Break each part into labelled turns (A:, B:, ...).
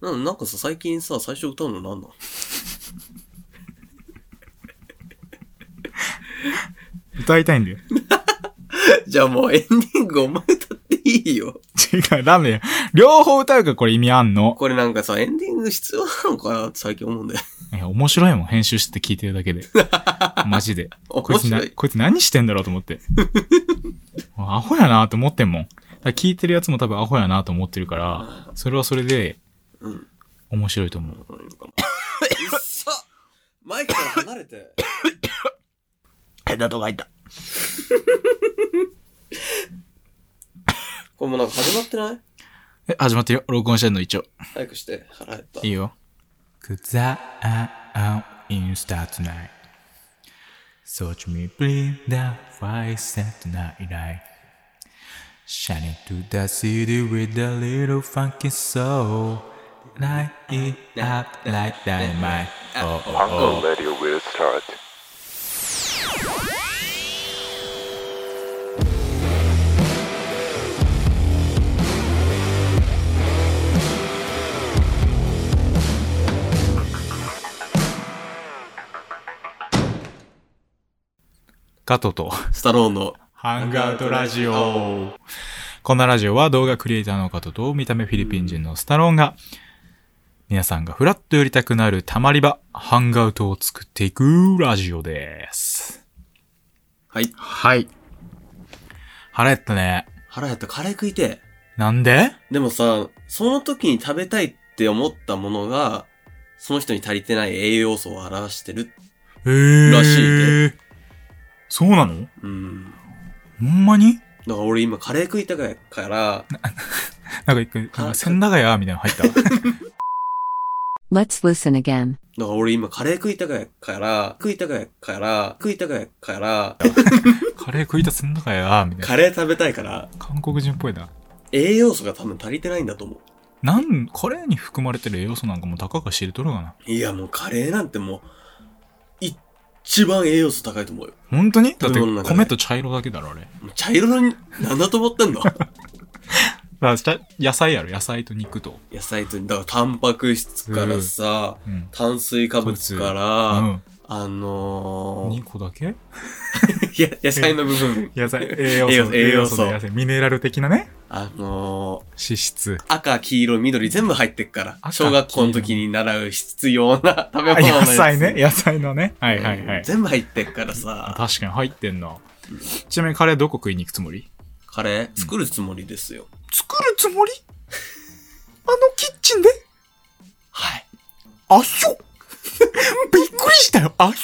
A: うん、なんかさ、最近さ、最初歌うのなんなん
B: 歌いたいんだよ。
A: じゃあもうエンディングお前歌っていいよ。
B: 違う、ダメよ。両方歌うからこれ意味あんの。
A: これなんかさ、エンディング必要なのかなって最近思うんだよ。
B: いや、面白いもん。編集して聞いてるだけで。マジで。こい
A: 面
B: つな
A: 白い。、
B: こいつ何してんだろうと思って。アホやなと思ってんもん。だから聞いてるやつも多分アホやなと思ってるから、それはそれで
A: うん。
B: 面白いと思う。
A: うっそマイクから離れて。
B: 変なとこ入った。
A: これもうなんか始まってない
B: え、始まってるよ。録音してんの一応。
A: 早くして、腹減った
B: い。いよ。くざあインスタ t n i g h t Search me bring the fire set night light. Shining to the city with a little funky soul. Light it up like dynamite. Oh, oh,
C: Hunger Radio will start.
B: 加藤と。
A: スタローンの。
B: ハングアウトラジオ。このラジオは動画クリエイターの方と見た目フィリピン人のスタローンが、皆さんがフラッと寄りたくなるたまり場、ハングアウトを作っていくラジオです。
A: はい。
B: はい。腹減ったね。
A: 腹減った。カレー食いてえ。
B: なんで
A: でもさ、その時に食べたいって思ったものが、その人に足りてない栄養素を表してる。
B: えー。
A: らしい
B: そうなの
A: うん。
B: ほんまに
A: だから俺今カレー食いたいから、
B: なんか一回、なんか千駄ヶ谷みたいなの 入った。
D: Let's listen again.
A: だから俺今カレー食いたいから、食いたいから、食いたいから、
B: カレー食いた千駄ヶ谷みたいな。
A: カレー食べたいから、
B: 韓国人っぽいな。
A: 栄養素が多分足りてないんだと思う。
B: なん、カレーに含まれてる栄養素なんかもうたかが知れとるがな。
A: いやもうカレーなんてもう、一番栄養素高いと思うよ。
B: 本当にだっ
A: 食べ
B: て
A: 物の中で
B: 米と茶色だけだろあれ。
A: もう茶色のに、なんだと思 ってんの
B: 野菜やろ野菜と肉と。
A: 野菜と、だからタンパク質からさ、
B: うん。
A: 炭水化物か
B: う
A: ら、
B: ん。
A: あの
B: 2個だけ
A: ー、や野菜の部分。、
B: 野菜 栄養素。
A: 栄養素
B: 栄養素ミネラル的なね。
A: あの
B: 脂質。
A: ー、赤、黄色、緑全部入ってっから。
B: 赤
A: 小学校の時に習う必要な食べ
B: あ
A: 物のや
B: 野
A: つ。
B: 菜ね。野菜のね。はいは
A: う
B: い
A: ん
B: はい。
A: 全部入ってっから さ、
B: 確かに入ってんな。ちなみにカレーどこ食いに行くつもり
A: カレー作るつもりですよ。
B: 作るつもりあのキッチンで
A: はい。
B: あ ひょびっくりしたよ。あひ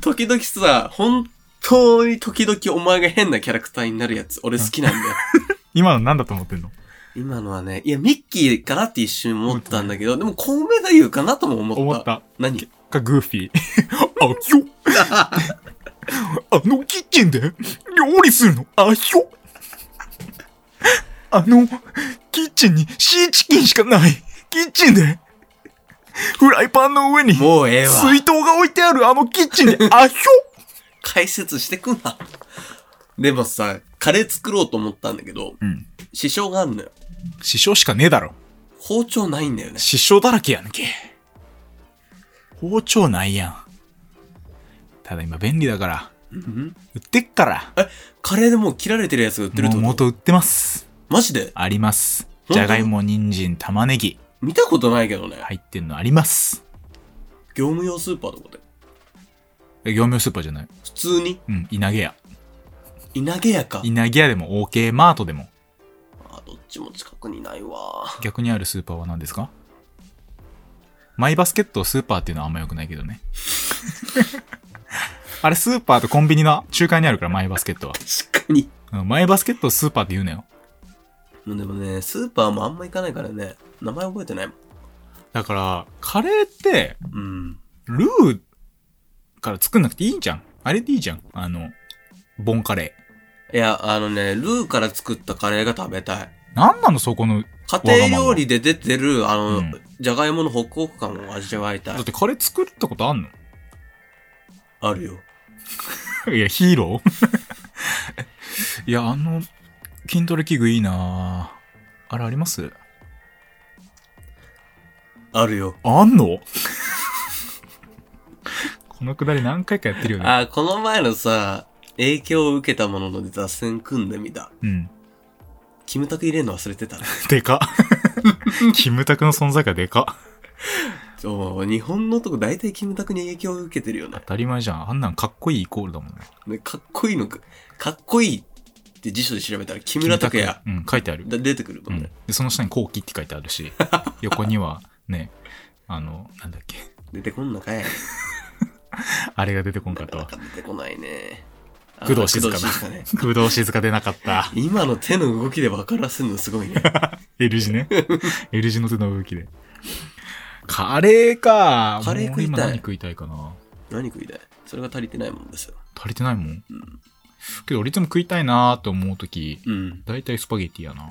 A: 時々さ、本当に時々お前が変なキャラクターになるやつ、俺好きなんだ よ。
B: 今のなんだと思ってんの
A: 今のはね、いや、ミッキーかなって一瞬思ったんだけど、でも、コウメ太夫かなとも思った。
B: 思った。
A: 何
B: かグーフィー。あひょあのキッチンで料理するのあひょあのキッチンにシーチキンしかないキッチンでフライパンの上に水
A: もうええわ。
B: 筒が置いてあるあのキッチンであひ
A: 解説してくんな。でもさ、カレー作ろうと思ったんだけど、
B: ょうん。
A: 支障があんのよ。
B: 師匠しかねえだろ。
A: 包丁ないんだよね。
B: 師匠だらけやんけ。包丁ないやん。ただ今便利だから。売ってっから。
A: え、カレーでもう切られてるやつが売ってるってこと
B: 元売ってます。
A: マジで
B: あります。
A: 本当
B: じゃがいも、人参、玉ねぎ
A: 見たことないけどね。
B: 入ってんのあります。
A: 業務用スーパーとかで。
B: え業務用スーパーじゃない。
A: 普通に、
B: うん、稲毛屋。
A: 稲毛屋か。
B: 稲毛屋でも OK マートでも。
A: あ、どっちも近くにないわ。
B: 逆にあるスーパーは何ですかマイバスケットをスーパーっていうのはあんま良くないけどね。あれスーパーとコンビニの中間にあるから、マイバスケットは。
A: 確かに。
B: うんマイバスケットをスーパーって言うなよ。
A: もうでもね、スーパーもあんま行かないからね、名前覚えてないもん。
B: だから、カレーって、
A: うん。
B: ルーから作んなくていいんじゃん。あれでいいじゃん。あの、ボンカレ
A: いや、あのね、ルーから作ったカレーが食べたい。
B: ー。なんなのそこの
A: 家庭料理で出てる、あ
B: う
A: の
B: ん、
A: じゃがいものホクホク感を味わいた
B: だっ
A: い。
B: てカレー作るってことあんの
A: あるよ。
B: いや、ヒー ローいや、あの、筋トレ器具いいなぁあれあります
A: あるよ。
B: あんの このくだり何回かやってるよね。
A: あー、この前のさ、影響を受けたものので脱線組んでみた。
B: うん。
A: キムタク入れるの忘れてたな。
B: でか っキムタクの存在がでかっ
A: そう、日本のとこ大体キムタクに影響を受けてるよな
B: 当。たり前じゃん。あんなんかっこいいイコールだもんね。
A: ねかっこいいのか、かっこいいって辞書で調べたら木村拓哉
B: キムタクうん、書いてある。
A: だ出てくるも
B: うんん
A: ね。、
B: でその下に「後期」って書いてある し横にはねあのなんだっけ
A: 出てこんのかい。
B: あれが出てこんかったわ
A: 出てこないね。あ
B: 工藤静香
A: 工
B: だ
A: ね。
B: 工藤静香出なかった
A: 今の手の動きで分からせるのすごいね。
B: L 字ね L 字の手の動きでカレーか
A: カレー食いたい
B: もう今何食いたいかな
A: 何食いたいそれが足りてないもんですよ。
B: 足りてないもん、けど俺いつも食いたいなーって思う時
A: うん。
B: 大体スパゲティやな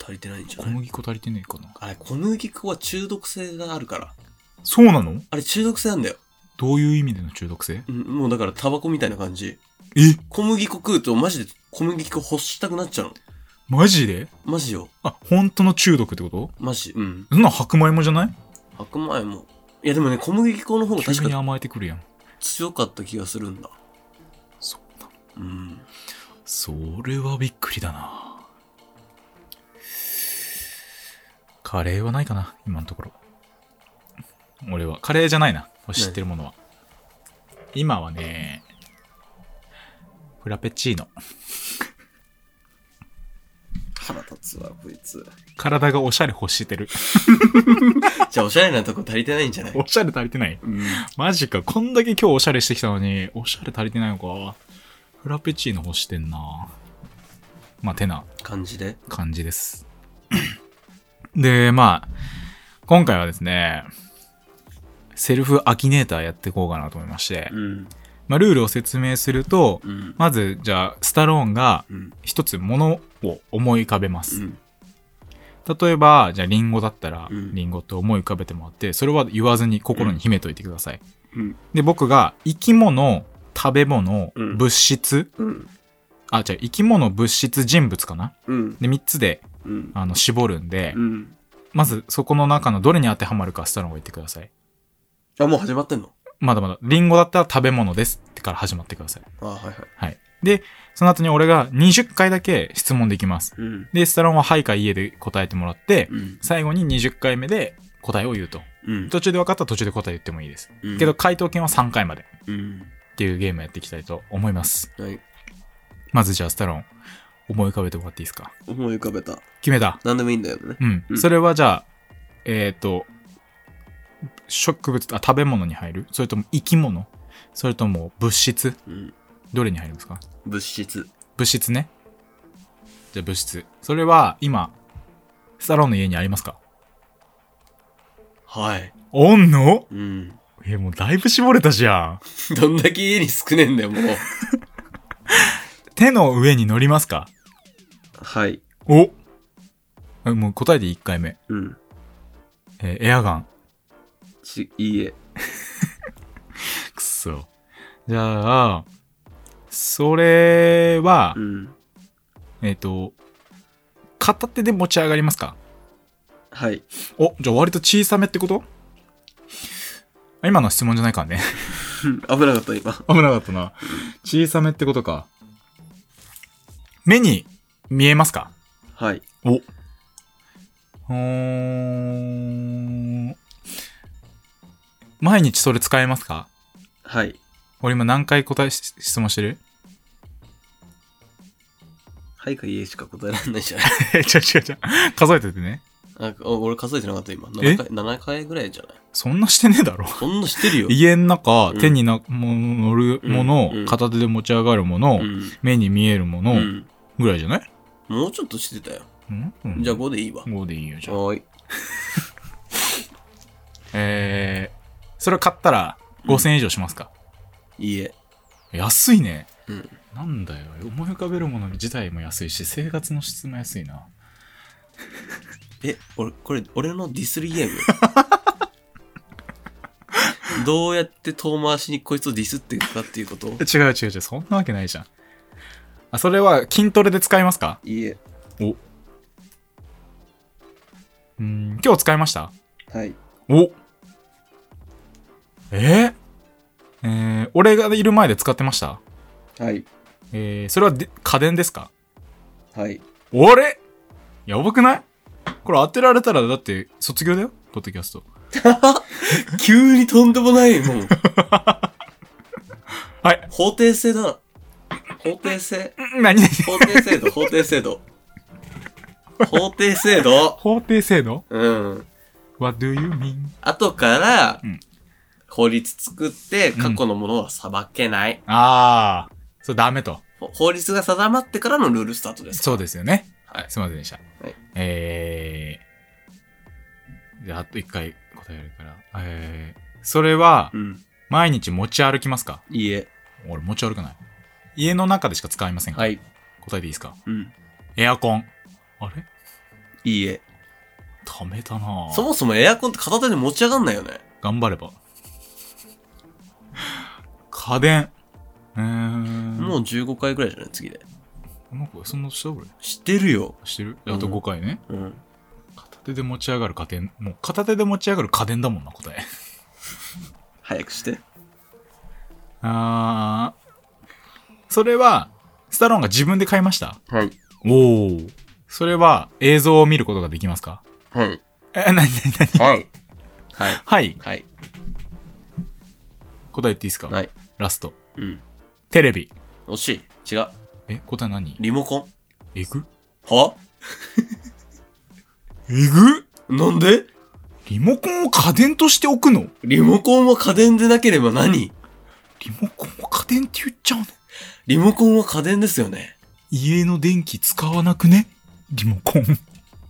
A: 足りてないんじゃ
B: 小
A: ない
B: 麦粉足りてねえかな
A: あれ、小麦粉は中毒性があるから。
B: そうなの
A: あれ、中毒性なんだよ。
B: どういう意味での中毒性
A: うんもうだから、タバコみたいな感じ。
B: え
A: 小麦粉食うと、マジで小麦粉欲したくなっちゃうの。
B: マジで
A: マジよ。
B: あ本当の中毒ってこと
A: マジ。うん。
B: そんなん白米もじゃない
A: 白米も。いや、でもね、小麦粉の方が
B: 急
A: 確
B: に
A: か
B: 甘えてくるやん
A: 強かった気がするんだ。う
B: そ
A: ん。
B: れはびっくりだなカレーはないかな今のところ俺はカレーじゃないな知ってるものは今はねフラペチーノ
A: 腹立つわ、こいつ。
B: 体がおしゃれ欲してる
A: じゃあ、おしゃれなとこ足りてないんじゃない
B: おしゃれ足りてない
A: うん。
B: マジかこんだけ今日おしゃれしてきたのにおしゃれ足りてないのかフラペチーノ欲してんなまあてな
A: 感じで。
B: 感じです。で、まあ、今回はですね、セルフアキネーターやっていこうかなと思いまして、
A: うん。
B: まあ、ルールを説明すると、
A: うん。
B: まず、じゃあ、スタローンが
A: うん。
B: 一つものを思い浮かべま
A: う
B: す。
A: ん。
B: 例えば、じゃあ、リンゴだったら、
A: うん
B: リンゴって思い浮かべてもらって、それは言わずに心に秘めといてください。
A: うん。
B: で、僕が、生き物、食べ物、
A: うん
B: 物質、
A: うん。
B: あ、違う、生き物、物質、人物かな
A: うん。
B: で、3つで、
A: うん。
B: あの、絞るんで、
A: うん。
B: まずそこの中のどれに当てはまるかスタローンが言ってください。
A: あ、もう始まってんの
B: まだまだ、リンゴだったら食べ物ですってから始まってください。
A: あ、はいはい。
B: はい。で、その後に俺が20回だけ質問できます。
A: うん。
B: で、スタローンははいかいいえで答えてもらって、
A: うん。
B: 最後に20回目で答えを言うと。
A: うん。
B: 途中で分かったら途中で答え言ってもいいです。
A: うん
B: けど、、回答権は3回までっ
A: うん。
B: ていうゲームをやっていきたいと思います。
A: はい。
B: まずじゃあスタローン、思い浮かべてもらっていいですか
A: 思い浮かべた。
B: 決めた。
A: 何でもいいんだよね。
B: うん。
A: うん
B: それはじゃあ、えっ、と、植物、あ、食べ物に入るそれとも生き物それとも物質
A: うん。
B: どれに入るんですか
A: 物質。
B: 物質ね。じゃあ物質。それは今、スタローンの家にありますか
A: はい。
B: おんの
A: うん。
B: え、もうだいぶ絞れたじゃん。
A: どんだけ家に少ねえんだよ、もう。
B: 手の上に乗りますか
A: はい。
B: おえもう答えで1回目。
A: うん。
B: えーエアガン。
A: ち、いいえ。
B: くっそ。じゃあ、それは
A: う、ん。
B: えっ、と、片手で持ち上がりますか
A: はい。
B: お、じゃあ割と小さめってことあ今のは質問じゃないからね。
A: うん危なかった、今。
B: 危なかったな。小さめってことか。目に見えますか
A: はい。
B: お。うーん。毎日それ使えますか
A: はい。
B: 俺今何回答えし質問してる
A: はいかいいえしか答えられないじゃ ない。
B: え、違う違う違う。数えててね。
A: あお俺数えてなかった、今。
B: え
A: 7回、7回ぐらいじゃない。
B: そんなしてねえだろ。
A: そんなしてるよ。
B: 家の中
A: う、ん
B: 手にな、も乗るもの、
A: うんうん
B: 片手で持ち上がるもの、
A: うん。
B: 目に見えるもの、
A: うん。
B: ぐらいじゃない、
A: もうちょっとしてたよ。
B: うん
A: じゃあ5でいいわ。
B: 5でいいよじゃあ
A: はーい。
B: えー、それ買ったら5000円以上しますか、
A: いいえ。
B: 安いね
A: うん。
B: なんだよ思い浮かべるもの自体も安いし生活の質も安いな
A: え、俺、これ、俺のディスリ ゲームどうやって遠回しにこいつをディスっていくかっていうこと
B: 違う違う違うそんなわけないじゃんあそれは筋トレで使いますか
A: いいえ。
B: おうん、今日使いました
A: はい。
B: おえーえー俺がいる前で使ってました
A: はい。
B: えー、それはで家電ですか
A: はい。
B: あれやばくないこれ当てられたらだって卒業だよポッドキャスト。
A: 急にとんでもない、 もう。
B: はい。
A: 法定制だな。法定制。
B: ん何 々
A: 法定 制度、法定制度。法定制度。
B: 法定制度
A: うん。
B: ?What do you mean?
A: 後から
B: うん、
A: 法律作って、過去のものは裁けない。
B: ああ、そうダメと。
A: ほ法律が定まってからのルールスタートです。
B: そうですよね。
A: はい。
B: すいませんでした。
A: はい
B: えー、じゃああと一回答えるから。えー、それは
A: うん。
B: 毎日持ち歩きますか
A: いいえ。
B: 俺持ち歩かない。家の中でしか使いませんか、
A: はい。
B: 答えていいですか
A: うん。
B: エアコン。あれ
A: いいえ。
B: ダメだなぁ
A: そもそもエアコンって片手で持ち上がんないよね。
B: 頑張れば。家電。うーん。
A: もう15回ぐらいじゃない次で。
B: なんかそんなした俺。
A: 知ってるよ。
B: してる
A: ん
B: あと5回ね。
A: うん。
B: 片手で持ち上がる家電。もう片手で持ち上がる家電だもんな、答え。
A: 早くして。
B: あー。それは、スタローンが自分で買いました。
A: はい。
B: おお。それは映像を見ることができますか
A: はい。
B: え、なになになに
A: はい。はい。
B: はい。
A: はい。
B: 答え言っていいですか
A: はい。
B: ラスト。
A: うん。
B: テレビ。
A: 惜しい。違う。
B: え、答え何
A: リモコン。
B: えぐ
A: は
B: えぐ
A: なんで
B: リモコンを家電として置くの
A: リモコンは家電でなければ何
B: リモコンを家電って言っちゃうの
A: リモコンは家電ですよね。
B: 家の電気使わなくねリモコン。う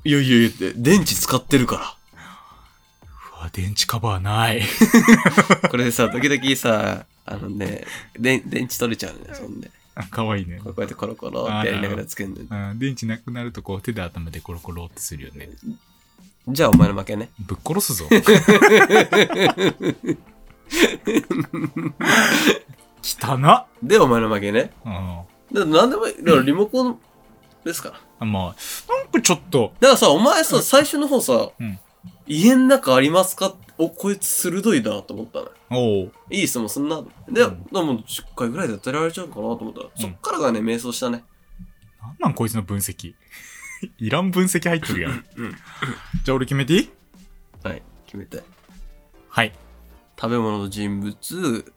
A: いやいやいやって、電池使ってるか
B: わ、電池カバーない。
A: ら。これさ、時々さ、あのね、で電池取れちゃうね、そんで。
B: あ かわいいね
A: こ。うこうやってコロコロってやりながらつけんねん
B: うん、電池なくなるとこう手で頭でコロコロってするよね。
A: じゃあお前の負けね。
B: ぶっ殺すぞ。汚っ。
A: で、お前の負けね。
B: うん。あ
A: だから何でもいい。だからリモコンですから。
B: まあ、なんかちょっと、
A: だからさ、お前さ、最初の方さ、
B: うん
A: 家の中ありますかお、こいつ鋭いなと思ったのよ。
B: おう
A: いい質問すんな。で、
B: う
A: で
B: ん
A: も10回ぐらいで当てられちゃうかなと思ったら、そっからがね、迷走したね。
B: なんなんこいつの分析。 いらん分析入ってるやん。
A: うん
B: じゃあ俺決めていい
A: はい、決めて。
B: はい。
A: 食べ物、人物、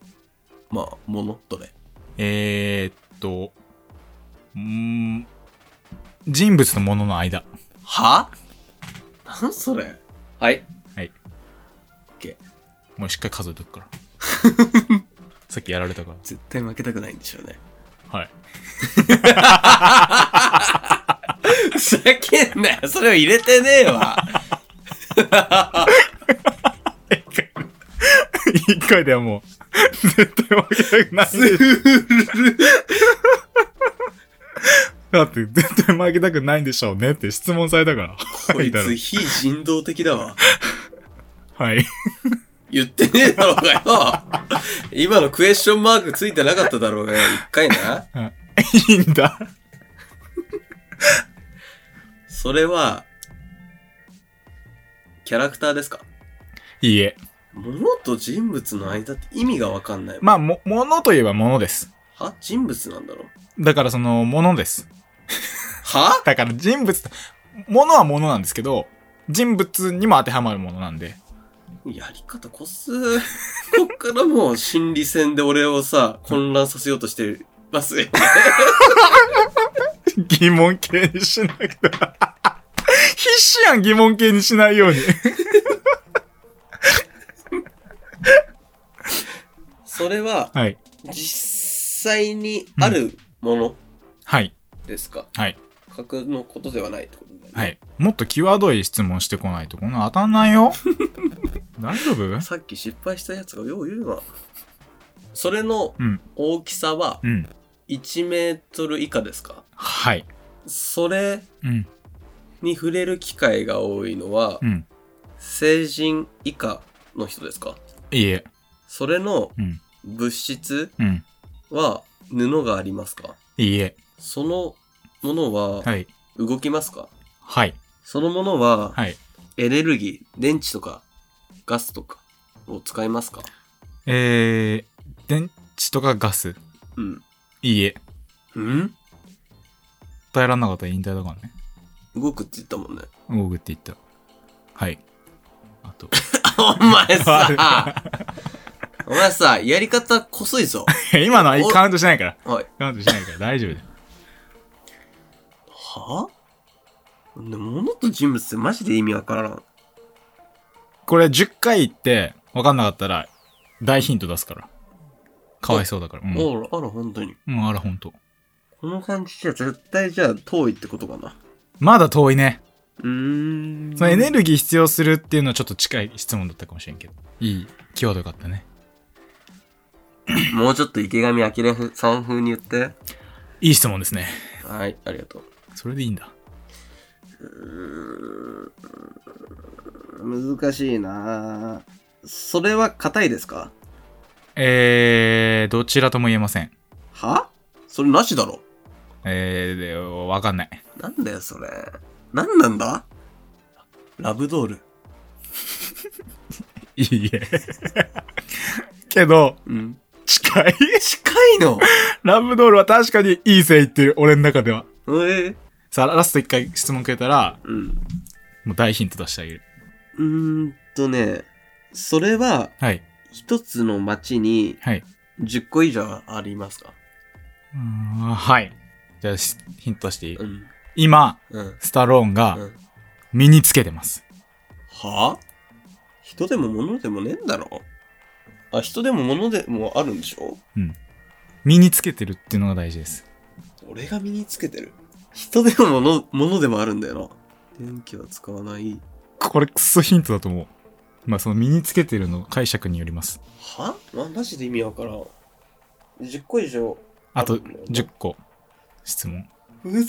A: まあ、もの、どれ。
B: えー、っと、うーん、人物と物の間。
A: はなんそれはい。
B: はい。
A: OK。
B: もうしっかり数えとくから。さっきやられたか
A: 絶対負けたくないんでしょうね。
B: ら。はい。
A: ふざけんなよそれを入れてねえわ
B: 一回ではもう、絶対負けたくない。だって、絶対負けたくないんでしょうねって質問されたから。
A: こい
B: だろ
A: つ非人道的だわ。
B: はい。
A: 言ってねえだろうがよ今のクエスチョンマークついてなかっただろうがよ一回な。
B: いいんだ。
A: それは、キャラクターですか
B: いいえ。
A: 物と人物の間って意味がわかんない。
B: まあ、も、物といえば物です。
A: は人物なんだろう
B: だからその、物です。
A: は
B: だから人物と、物は物なんですけど、人物にも当てはまるものなんで。
A: やり方こす。 こっからもう心理戦で俺をさ、混乱させようとしてますよ。
B: 疑問形にしなくて。 必死やん、疑問形にしないように。
A: それは、
B: はい。
A: 実際にあるもの
B: はい。
A: ですか、
B: はい。
A: 架空のことではないってことだよね。
B: はい。もっと際どい質問してこないと、こんな当たんない よ。大丈夫
A: さっき失敗したやつがよう言うな。それの
B: うん。
A: 大きさは
B: うん。
A: 1メートル以下ですか
B: はい。
A: それ
B: うん。
A: に触れる機会が多いのは
B: う、ん。
A: 成人以下の人ですか
B: いいえ。
A: それの
B: うん。
A: 物質
B: うん。
A: は布がありますか
B: いいえ。
A: そのものは
B: はい。
A: 動きますか、
B: はい。
A: そのものは
B: はい。
A: エネルギー、電池とか、ガスとかを使いますか
B: えー、電池とかガス。
A: うん。
B: いいえ。
A: うん
B: 耐えらんなかったら引退だからね。
A: 動くって言ったもんね。
B: 動くって言った。はい。あと。
A: お前 さ、お前さ、やり方こそいぞ。
B: 今のは
A: お
B: カウントしないから。
A: はい。
B: カウントしないから大丈夫だよ。
A: はぁ、で物と人物ってマジで意味わからん。
B: これ10回言って分かんなかったら大ヒント出すから。かわいそうだから。うん。
A: あら、あら、本当に。
B: うん、あら、ほんと。
A: この感じじゃ絶対じゃあ遠いってことかな。
B: まだ遠いね。
A: うーん。
B: そのエネルギー必要するっていうのはちょっと近い質問だったかもしれんけど。いい。キーワードよかったね。
A: もうちょっと池上彰さん風に言って。
B: いい質問ですね。
A: はい、ありがとう。
B: それでいいんだ。
A: 難しいなぁそれは硬いですか
B: えー、どちらとも言えません。
A: はそれなしだろ
B: えー、でわかんない。
A: なんだよそれなんなんだラブドール
B: いいえ。 けど、
A: うん
B: 近い。
A: 近いの
B: ラブドールは確かにいい線いってる、俺の中では。
A: えー、
B: さあ、ラスト一回質問くれたら、
A: うん
B: もう大ヒント出してあげる。
A: うーんとねそれは
B: はい。
A: 一つの町に
B: はい。
A: 10個以上ありますか
B: うーんはい。じゃあ、しヒント出していい、
A: うん
B: 今、
A: うん
B: スタローンが
A: うん
B: 身につけてます。
A: は人でも物でもねえんだろあ人でも物でもあるんでしょ
B: 身につけてるっていうのが大事です。
A: 俺が身につけてる人でも物物でもあるんだよな電気は使わない
B: これ、クソヒントだと思う。まあ、その身につけてるの解釈によります。
A: はま、マジで意味わからん。10個以上。
B: あと、10個質問。
A: 難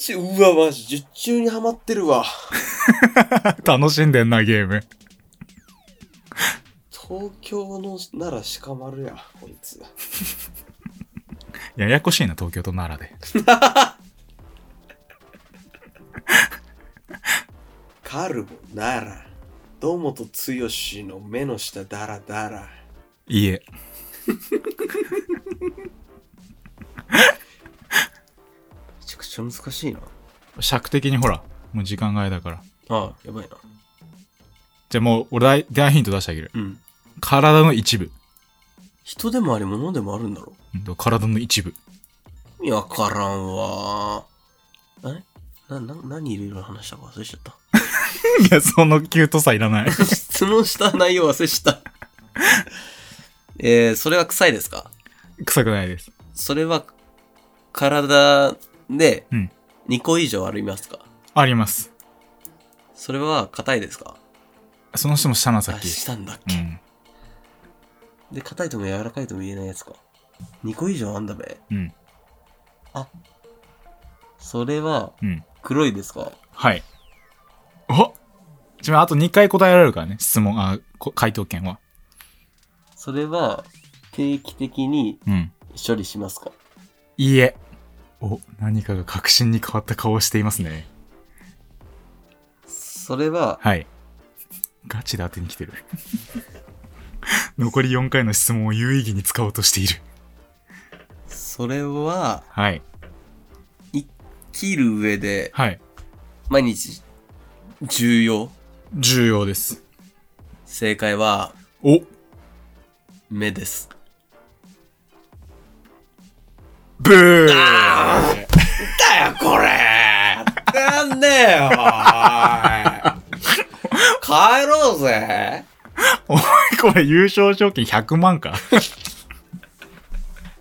A: しい。うわ、マジ、10中にはまってるわ。
B: 楽しんでんな、ゲーム。
A: 東京のなら鹿丸や、こいつ。
B: ややこしいな、東京と奈良で。
A: カルボ、なら、堂本剛の目の下ダラダラ。
B: いいえ。
A: めちゃくちゃ難しいな。
B: 尺的にほら、もう時間外だから。
A: ああ、やばいな。
B: じゃあもう、俺大、大ヒント出してあげる。
A: うん。
B: 体の一部。
A: 人でもあり、物でもあるんだろ
B: うんと体の一部。
A: う。意味わからんわ。あれな、な、何いろいろ話したか忘れちゃった。
B: いや、そのキュートさいらない。
A: 質問した内容忘れちゃった。 えー、それは臭いですか
B: 臭くないです。
A: それは、体で
B: うん
A: 2個以上ありますか、
B: あります。
A: それは硬いですか
B: その人も下の
A: あ、
B: 先。
A: したんだっ
B: う
A: け、
B: ん。
A: で、硬いとも柔らかいとも言えないやつか。2個以上あんだべ。
B: うん。
A: それは、
B: うん。
A: 黒いですか
B: はい。おちなみにあと2回答えられるからね。質問、あ、こ回答権は。
A: それは、定期的に
B: うん。
A: 処理しますか
B: いいえ。お、何かが確信に変わった顔をしていますね。
A: それは、
B: はい。ガチで当てに来てる。 残り4回の質問を有意義に使おうとしている。
A: それは、
B: はい。
A: 切る上で、
B: はい。
A: 毎日、重要。
B: 重要です。
A: 正解は、
B: お
A: 目です。
B: ブー
A: だよ、これなんだよ 帰ろうぜ
B: お前 これ優勝賞金100万か。い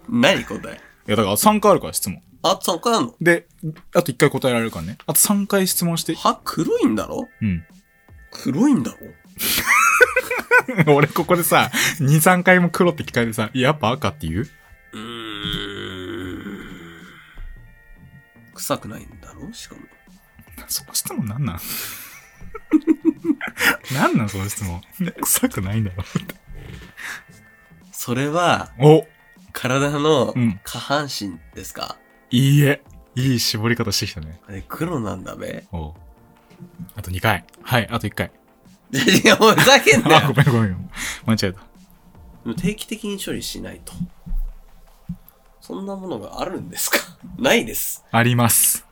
A: 何答え
B: やだから3回あるから質問。
A: あと3回あんの
B: で、あと1回答えられるからね。あと3回質問して。
A: は黒いんだろ
B: うん。
A: 黒いんだろ
B: 俺ここでさ、2、3回も黒って聞かれてさ、やっぱ赤って言う
A: うーん。臭くないんだろしかも。
B: その質問なんなん なんなんその質問。臭くないんだろ。
A: それは、
B: お
A: 体の
B: うん
A: 下半身ですか、
B: いいえ。いい絞り方してきたね。
A: あれ黒なんだべ。
B: おうあと2回。はい、あと1回。
A: いや、おいふざけんな
B: あ、
A: よ。
B: ごめんごめん。間違えた。
A: 定期的に処理しないと。そんなものがあるんですか ないです。
B: あります。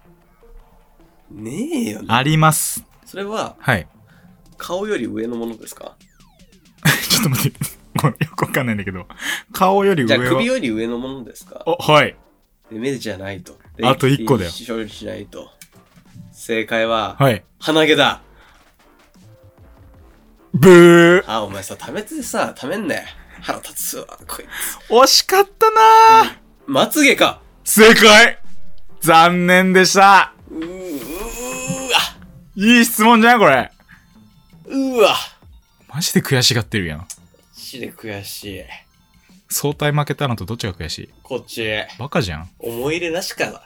A: ねえよね。
B: あります。
A: それは、
B: はい。
A: 顔より上のものですか
B: ちょっと待って。ごめんよくわかんないんだけど。顔より
A: じ
B: 上
A: ゃあ、首
B: は。
A: より上のものですか
B: お、はい。
A: 目じゃないと。
B: あと一個だよ
A: 定期的に処理しないと。正解は、
B: はい。
A: 鼻毛だ。
B: ブー。
A: あ、お前さ、溜めてさ、溜めんね。腹立つわ、こいつ。
B: 惜しかったなー。
A: まつげか。
B: 正解残念でした。
A: うーうーわ。
B: いい質問じゃん、これ。
A: うーわ。
B: マジで悔しがってるやん。
A: 死で悔しい。
B: 相対負けたのとどっちが悔しい
A: こっち、
B: バカじゃん。
A: 思い入れなしか な。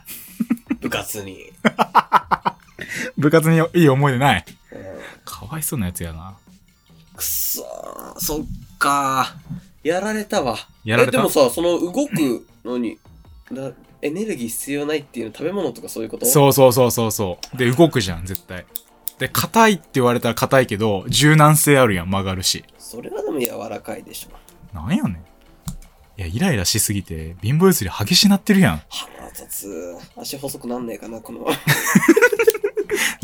A: 部活に。
B: 部活にいい思い出ない。
A: うん
B: かわいそうなやつやな。
A: くそー、そっかー。やられたわ。
B: やられた
A: えでもさ、その動くのに、だエネルギー必要ないっていうの食べ物とかそういうことう。
B: そうそうそうそうそう。で、動くじゃん、絶対。で、硬いって言われたら硬いけど、柔軟性あるやん、曲がるし。
A: それはでも柔らかいでしょ。
B: なんやねん。いや、イライラしすぎて、貧乏ゆすり激しなってるやん。
A: 腹立つ。足細くなんねえかな、この。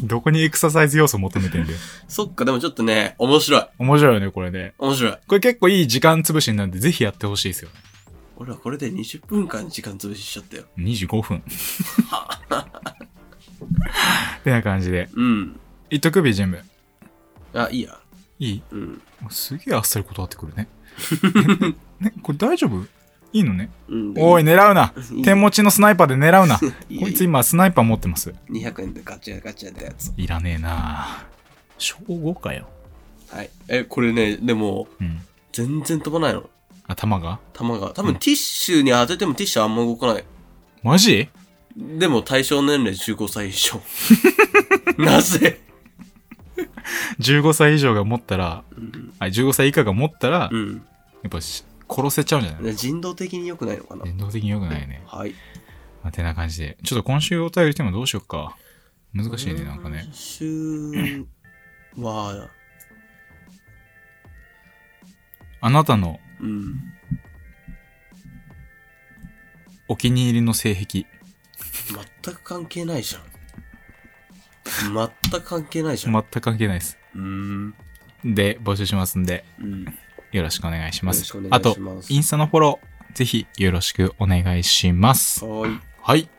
B: どこにエクササイズ要素求めてんだよ。
A: そっか、でもちょっとね、面白い。
B: 面白いよね、これね。
A: 面白い。
B: これ結構いい時間潰しになるんで、ぜひやってほしいですよ。
A: 俺はこれで20分間時間潰ししちゃったよ。
B: 25分。ってな感じで。
A: うん。
B: 一徳日全部。
A: あ、いいや。
B: いい
A: うん。
B: すげえあっさり断ってくる ね。ね、これ大丈夫いいのね
A: うん、
B: おい、
A: ね。
B: 狙うな手持ちのスナイパーで狙うな
A: いいよ
B: こいつ今スナイパー持ってます。
A: 200円でガチャガチャってやつ。
B: いらねえな小5かよ。
A: はい。え、これね、でも、
B: うん。
A: 全然飛ばないの。
B: 頭が
A: 弾が。多分ティッシュに当ててもティッシュあんま動かない。
B: マジ
A: でも対象年齢15歳以 上。なぜ
B: ?15 歳以上が持ったら、あ、15歳以下が持ったら、
A: う
B: や
A: ん。
B: っぱし殺せちゃうんじゃない
A: 人道的に良くないのかな
B: 伝統的に良くないね。
A: はい。
B: まあ、てな感じで。ちょっと今週お便りしてもどうしよっか。難しいね、なんかね。
A: 週は、
B: あなたの
A: うん。
B: お気に入りの性癖。
A: 全く関係ないじゃん。全く関係ないじゃん。
B: 全く関係ないです。
A: うーん。
B: で、募集しますんで、
A: うん。
B: よろしくお願いしま
A: よろし
B: す
A: くお。願
B: あ
A: いし
B: と
A: ます、
B: インスタのフォロー、ぜひよろしくお願いします。
A: はーい。
B: はい。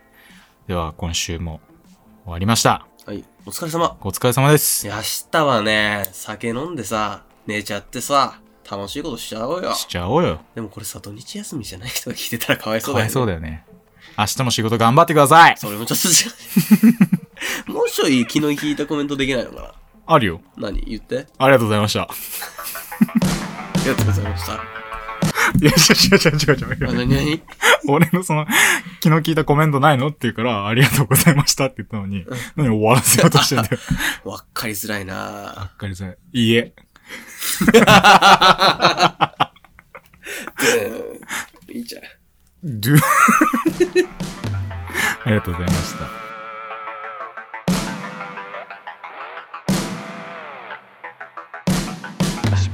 B: では、今週も終わりました。
A: はい。お疲れ様。
B: お疲れ様で
A: い
B: す。
A: や、明日はね、酒飲んでさ、寝ちゃってさ、楽しいことしちゃおうよ。
B: しちゃおうよ。
A: でもこれさ、土日休みじゃない人が聞いてたらかわいそ
B: か
A: うだよ、
B: わ
A: ね。
B: いそうだよね。明日も仕事頑張ってください。
A: それもちょっと違う。 もうちょい昨日聞いたコメントできないのか
B: あるよ。
A: な何言って。
B: ありがとうございました。
A: ありがとうございました。あ、
B: いや、違う違う違う違う違う。
A: 何 何
B: 俺のその、昨日聞いたコメントないのって言うから、ありがとうございましたって言ったのに、何終わらせようとしてんだ よ。
A: わかりづらいな
B: わかりづらい。いいえ。
A: ぁ。 いいじゃん。
B: ドゥ ありがとうございました。
C: A